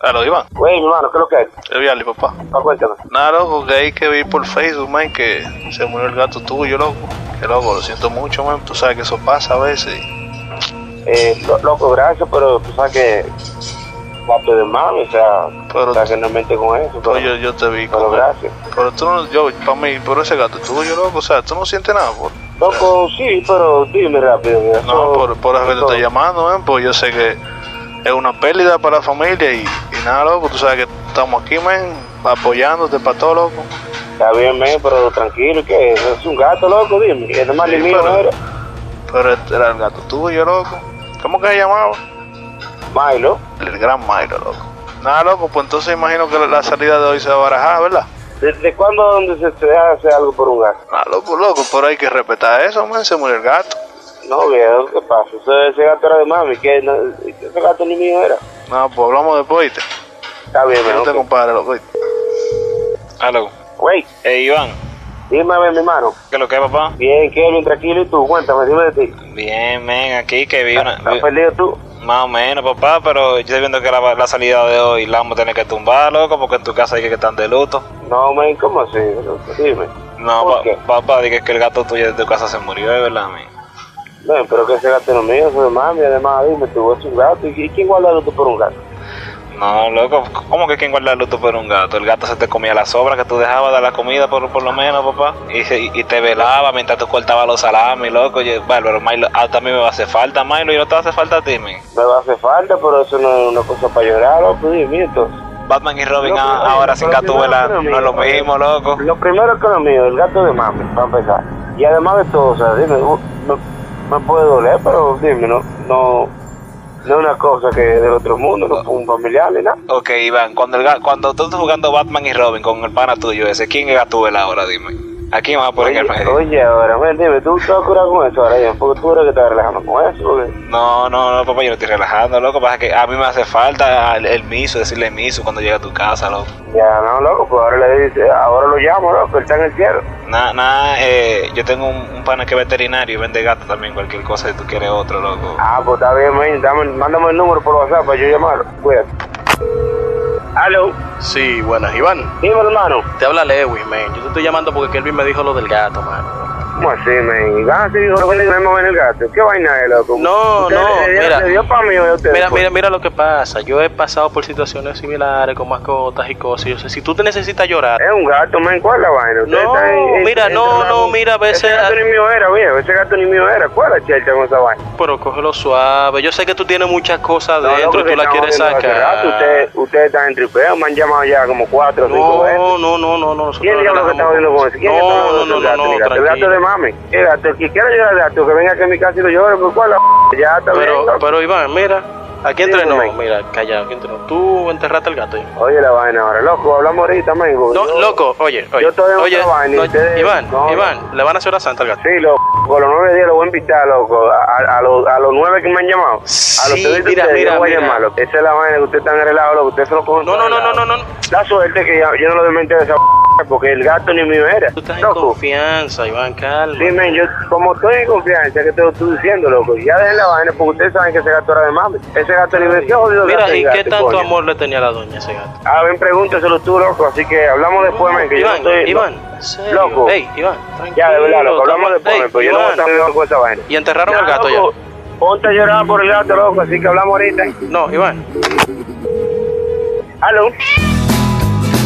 Claro, Iván. Güey, hermano, ¿qué es lo que hay? El viale, papá. Pa, cuéntame. Nada, loco, que ahí que vi por Facebook, man, que se murió el gato tuyo, loco. Que loco, lo siento mucho, man. Tú sabes que eso pasa a veces. Eh, lo- loco, gracias, pero tú sabes que parte de mami, o sea, Pero- o sea, que no mente con eso. Pero pero- yo, yo te vi pero como... gracias. Pero tú no, yo, para mí, pero ese gato tuyo, loco, o sea, tú no sientes nada, por... Loco, sí, pero dime rápido. mira, No, eso- por, por haberte eso- llamado, man, pues yo sé que es una pérdida para la familia y, y nada, loco, tú sabes que estamos aquí, man, apoyándote para todo, loco. Está bien, men, pero tranquilo, que es un gato, loco, dime. Y Es más Sí, ni mío, pero- era. Pero este era el gato tuyo, loco. ¿Cómo que se llamaba? Milo. El gran Mayro, loco. Nada, loco, pues entonces imagino que la, la salida de hoy se va a barajar, ¿verdad? ¿Desde cuándo donde se, se hace algo por un gato? Nada, loco, loco, pero hay que respetar eso, man, se murió el gato. No, viejo, ¿qué pasa? Ese, ese gato era de mami, que no, ese gato ni mío era. Nada, pues hablamos después, ¿viste? Está bien, Que men. no te ok. compares, loco, ¿viste? Aló. Güey, Eh, Iván, dime, a ver, mi hermano. ¿qué es lo que es, papá? Bien, Kelvin, tranquilo, y tú, cuéntame, dime de ti. Bien, men, aquí que vi una... ¿Estás vi- perdido tú? Más o menos, papá, pero yo estoy viendo que la, la salida de hoy la vamos a tener que tumbar, loco, porque en tu casa hay que están de luto. No, men, ¿cómo así? loco? Dime. No, ¿Por pa- qué? papá, dije que el gato tuyo de tu casa se murió, de verdad, men. No, pero que ese gato no es mío, eso es de mami, además, dime, tú, es un gato. ¿Y y quién guarda tú por un gato? No, loco, ¿cómo que quien guarda luto por un gato? El gato se te comía las sobras que tú dejabas de la comida, por, por lo menos, papá. Y, se- y te velaba mientras tú cortabas los salamis, loco. Yo, bárbaro, Milo, a también me va a hacer falta, Milo, y no te hace falta a ti, men. Me va a hacer falta, pero eso no es una cosa para llorar, loco, dime, entonces. Batman y Robin No, ah, pero, ahora pero sin primero Gatúbela que lo no es lo mío, mismo, loco. Lo primero que lo mío, el gato de mami, para empezar. Y además de todo, o sea, dime, u- me, me puede doler, pero dime, no, no, no es una cosa que del otro mundo, no es un familiar ni nada. Ok, Iván, cuando, el, ga- cuando tú estás jugando Batman y Robin con el pana tuyo ese, ¿quién es Gatúbela ahora, dime? ¿A quién vas a poner en el Oye, medio? oye, ahora, ven, dime, tú te vas a curar con eso ahora, ya, porque tú eres que te vas relajando con eso, porque... No, no, no, papá, yo no estoy relajando, loco. Pasa que a mí me hace falta el, el miso, decirle miso cuando llega a tu casa, loco. Ya, no, loco, pues ahora le dice, ahora lo llamo, loco, él está en el cielo. Nada, nada, eh, yo tengo un, un pana que es veterinario y vende gato también, cualquier cosa si tú quieres otro, loco. Ah, pues está bien, men, dame, mándame el número por WhatsApp para yo llamarlo, cuídate. Aló, Sí, buenas, Iván. dime, hermano. Te habla Lewis, man. Yo te estoy llamando porque Kelvin me dijo lo del gato, man. ¿Cómo así, men? Gato, dijo, ven, ven el gato. ¿Qué vaina es, loco? No, Usted no, le dio- mira. le dio pa' mí o a usted pues. Mira, después? mira, mira lo que pasa. Yo he pasado por situaciones similares con mascotas y cosas. Yo sé, si tú te necesitas llorar, Es un gato, men, ¿cuál es la vaina? Usted No, está en- en- mira, no, entrenando. no, mira, a veces- Ese gato ni mío era, viejo, ese gato ni mío era. ¿Cuál es la chelcha con esa vaina? pero cógelo suave. Yo sé que tú tienes muchas cosas No, dentro loco, y que tú la estamos quieres viendo hace rato. Usted, sacar. usted está en tripeo, me han llamado ya como cuatro o cinco veces. No, no, no, no, no. nosotros ¿Quién no diablo que está relajamos. hablando con eso? ¿Quién está No, hablando no, no, del no, gato, no, del gato? El gato de tranquilo. mami. El gato, el que quiera llorar al gato, que venga aquí a mi casa y lo llore, pues ¿cuál es la Ya está bien, Pero, loco. pero Iván, mira, aquí Sí, entre dime. no, mira, callado, aquí entre no. Tú enterraste al gato. Iván. Oye la vaina ahora, loco, hablamos ahorita, men. No, Yo- loco, oye, oye. yo todavía no oye, trabajo, ni no, ustedes- Iván, no, no. Iván, le van a hacer una santa al gato. Sí, loco, con los nueve días lo voy a invitar, loco, a, a- a los, a los nueve que me han llamado. A los Sí, tres de mira, ustedes, mira, yo voy a mira. llamar, loco. Esa es la vaina que ustedes están relajados, loco, ustedes se lo cogen No, todo no, no, no, relajo. no, no. La suerte que ya- yo no lo demente de esa porque el gato ni mío era. Tú estás en Loco, confianza, Iván, calma. sí, men, yo como estoy en confianza, que te lo estoy diciendo, loco, ya dejen la vaina porque ustedes saben que ese gato era de mami. Ese gato ni mío, ¿qué jodido gato Mira, es ¿y gato, qué tanto coño? amor le tenía la doña a ese gato? Ah, ven, pregúntaselo tú, loco, así que hablamos después, men, que yo no Iván, estoy... Iván, serio. Loco. Ey, Iván, tranquilo. Ya, de verdad, loco, hablamos toma- después, Ey, men, pero yo no voy a Iván, estar viviendo con esa vaina. Y enterraron Ya, al gato loco, ya. Ponte a llorar por el gato, loco, así que hablamos ahorita. No, Iván. ¿Aló?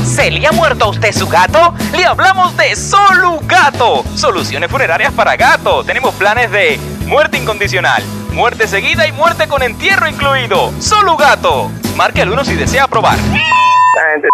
¿Se le ha muerto a usted su gato? Le hablamos de Solu Gato. Soluciones funerarias para gato. Tenemos planes de muerte incondicional, muerte seguida y muerte con entierro incluido. Solu Gato. Marque el 1 si desea probar. La gente